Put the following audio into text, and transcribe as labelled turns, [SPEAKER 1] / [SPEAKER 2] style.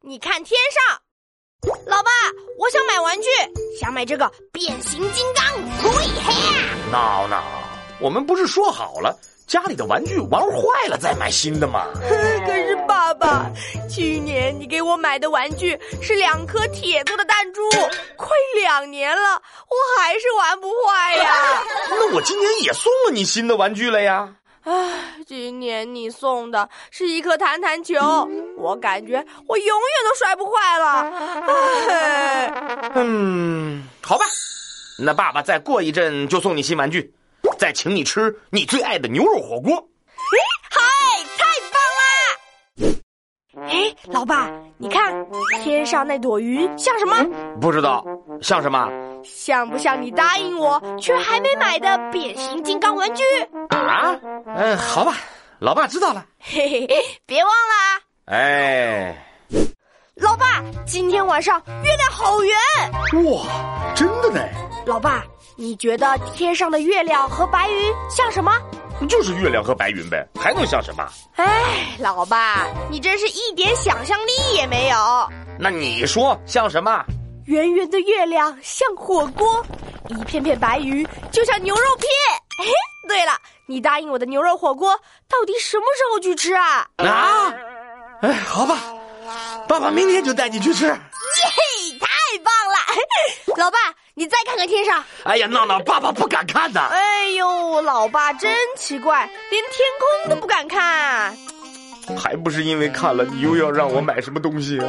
[SPEAKER 1] 你看天上。老爸，我想买玩具，想买这个变形金刚，酷嘿呀！
[SPEAKER 2] 闹闹，我们不是说好了，家里的玩具玩坏了再买新的吗？
[SPEAKER 1] 可是爸爸，去年你给我买的玩具是两颗铁做的弹珠，快两年了，我还是玩不坏 呀。
[SPEAKER 2] 那我今年也送了你新的玩具了呀。
[SPEAKER 1] 唉，今年你送的是一颗弹弹球，我感觉我永远都摔不坏了。唉，
[SPEAKER 2] 嗯，好吧，那爸爸再过一阵就送你新玩具，再请你吃你最爱的牛肉火锅。
[SPEAKER 1] 嗨，太棒啦！哎，老爸，你看天上那朵云像什么？
[SPEAKER 2] 不知道像什么
[SPEAKER 1] 像不像你答应我却还没买的变形金刚玩具？
[SPEAKER 2] 啊？嗯，好吧，老爸知道了。
[SPEAKER 1] 嘿嘿，嘿，别忘了啊，
[SPEAKER 2] 哎，
[SPEAKER 1] 老爸，今天晚上月亮好圆。
[SPEAKER 2] 哇，真的呢，
[SPEAKER 1] 老爸，你觉得天上的月亮和白云像什么？
[SPEAKER 2] 就是月亮和白云呗，还能像什么？
[SPEAKER 1] 哎，老爸，你真是一点想象力也没有。
[SPEAKER 2] 那你说像什么？
[SPEAKER 1] 圆圆的月亮像火锅，一片片白云就像牛肉片。 嘿，对了，你答应我的牛肉火锅到底什么时候去吃啊？
[SPEAKER 2] 啊？哎，好吧，爸爸明天就带你去吃。
[SPEAKER 1] 嘿，太棒了！ 老爸，你再看看天上。
[SPEAKER 2] 哎呀，闹闹，爸爸不敢看的。
[SPEAKER 1] 哎呦，老爸真奇怪，连天空都不敢看、
[SPEAKER 2] 还不是因为看了你又要让我买什么东西啊？